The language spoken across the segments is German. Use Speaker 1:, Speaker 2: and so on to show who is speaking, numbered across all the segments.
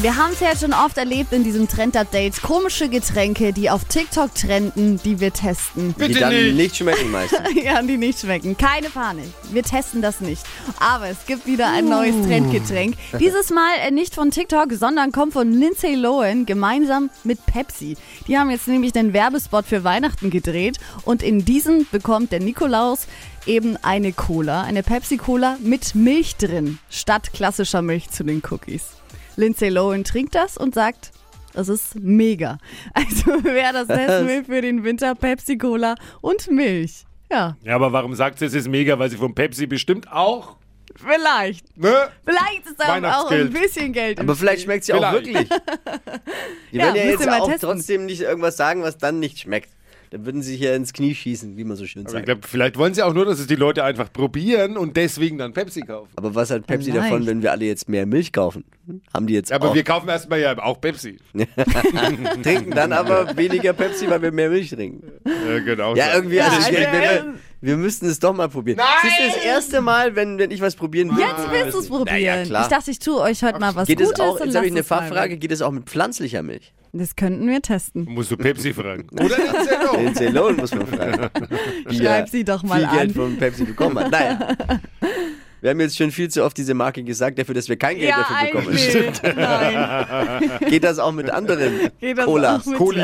Speaker 1: Wir haben es ja jetzt schon oft erlebt in diesem Trend-Update. Komische Getränke, die auf TikTok trenden, die wir testen.
Speaker 2: die dann nicht, schmecken meistens.
Speaker 1: ja, die nicht schmecken. Keine Panik. Wir testen das nicht. Aber es gibt wieder ein neues Trendgetränk. Dieses Mal äh, nicht von TikTok, sondern kommt von Lindsay Lohan gemeinsam mit Pepsi. Die haben jetzt nämlich den Werbespot für Weihnachten gedreht und in diesem bekommt der Nikolaus eben eine Cola, eine Pepsi-Cola mit Milch drin, statt klassischer Milch zu den Cookies. Lindsay Lohan trinkt das und sagt, das ist mega. Also wer das testen will für den Winter, Pepsi Cola und Milch. Ja,
Speaker 3: Ja, aber warum sagt sie, es ist mega? Weil sie von Pepsi bestimmt auch.
Speaker 1: vielleicht.
Speaker 3: Ne?
Speaker 1: Vielleicht ist da auch ein
Speaker 3: Weihnachtsgeld.
Speaker 1: bisschen Geld. im
Speaker 2: Aber vielleicht schmeckt sie auch
Speaker 3: Vielleicht.
Speaker 2: wirklich. Die
Speaker 1: Ja,
Speaker 2: werden ja,
Speaker 1: müsst ihr
Speaker 2: jetzt
Speaker 1: mal
Speaker 2: auch
Speaker 1: testen.
Speaker 2: trotzdem nicht irgendwas sagen, was dann nicht schmeckt. Dann würden sie hier ins Knie schießen, wie man so schön
Speaker 3: Aber ich
Speaker 2: sagt.
Speaker 3: glaub, vielleicht wollen sie auch nur, dass es die Leute einfach probieren und deswegen dann Pepsi kaufen.
Speaker 2: Aber was hat Pepsi
Speaker 1: Vielleicht.
Speaker 2: davon, wenn wir alle jetzt mehr Milch kaufen? Haben die jetzt
Speaker 3: Aber
Speaker 2: auch,
Speaker 3: wir kaufen erstmal ja auch Pepsi.
Speaker 2: trinken dann aber weniger Pepsi, weil wir mehr Milch trinken.
Speaker 3: Ja, genau.
Speaker 2: Ja,
Speaker 3: so.
Speaker 2: irgendwie. also ich,
Speaker 1: also
Speaker 2: wir, wir,
Speaker 1: ähm,
Speaker 2: wir müssten es doch mal probieren.
Speaker 3: Nein!
Speaker 2: Das ist das erste Mal, wenn, wenn ich was probieren will.
Speaker 1: Jetzt willst du es probieren.
Speaker 2: Naja, klar.
Speaker 1: ich dachte, ich tue euch heute mal was
Speaker 2: Geht
Speaker 1: Gutes
Speaker 2: es auch,
Speaker 1: und
Speaker 2: jetzt habe
Speaker 1: lass
Speaker 2: ich eine
Speaker 1: es mal.
Speaker 2: Fachfrage, geht es auch mit pflanzlicher Milch?
Speaker 1: Das könnten wir testen.
Speaker 3: Musst du Pepsi fragen. Oder den Zeno.
Speaker 2: Den Ceylon muss man fragen. Die ja
Speaker 1: Schreib sie doch mal
Speaker 2: viel
Speaker 1: an.
Speaker 2: Geld von Pepsi bekommen hat. Naja. Wir haben jetzt schon viel zu oft diese Marke gesagt, dafür, dass wir kein Geld
Speaker 1: Ja,
Speaker 2: dafür bekommen.
Speaker 1: eigentlich. Nein.
Speaker 2: Geht das auch mit anderen
Speaker 1: Geht das
Speaker 2: Colas,
Speaker 1: auch mit-
Speaker 2: Coli,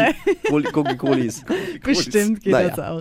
Speaker 2: Coli- Coca-Colis?
Speaker 1: Bestimmt geht
Speaker 2: Naja.
Speaker 1: das auch.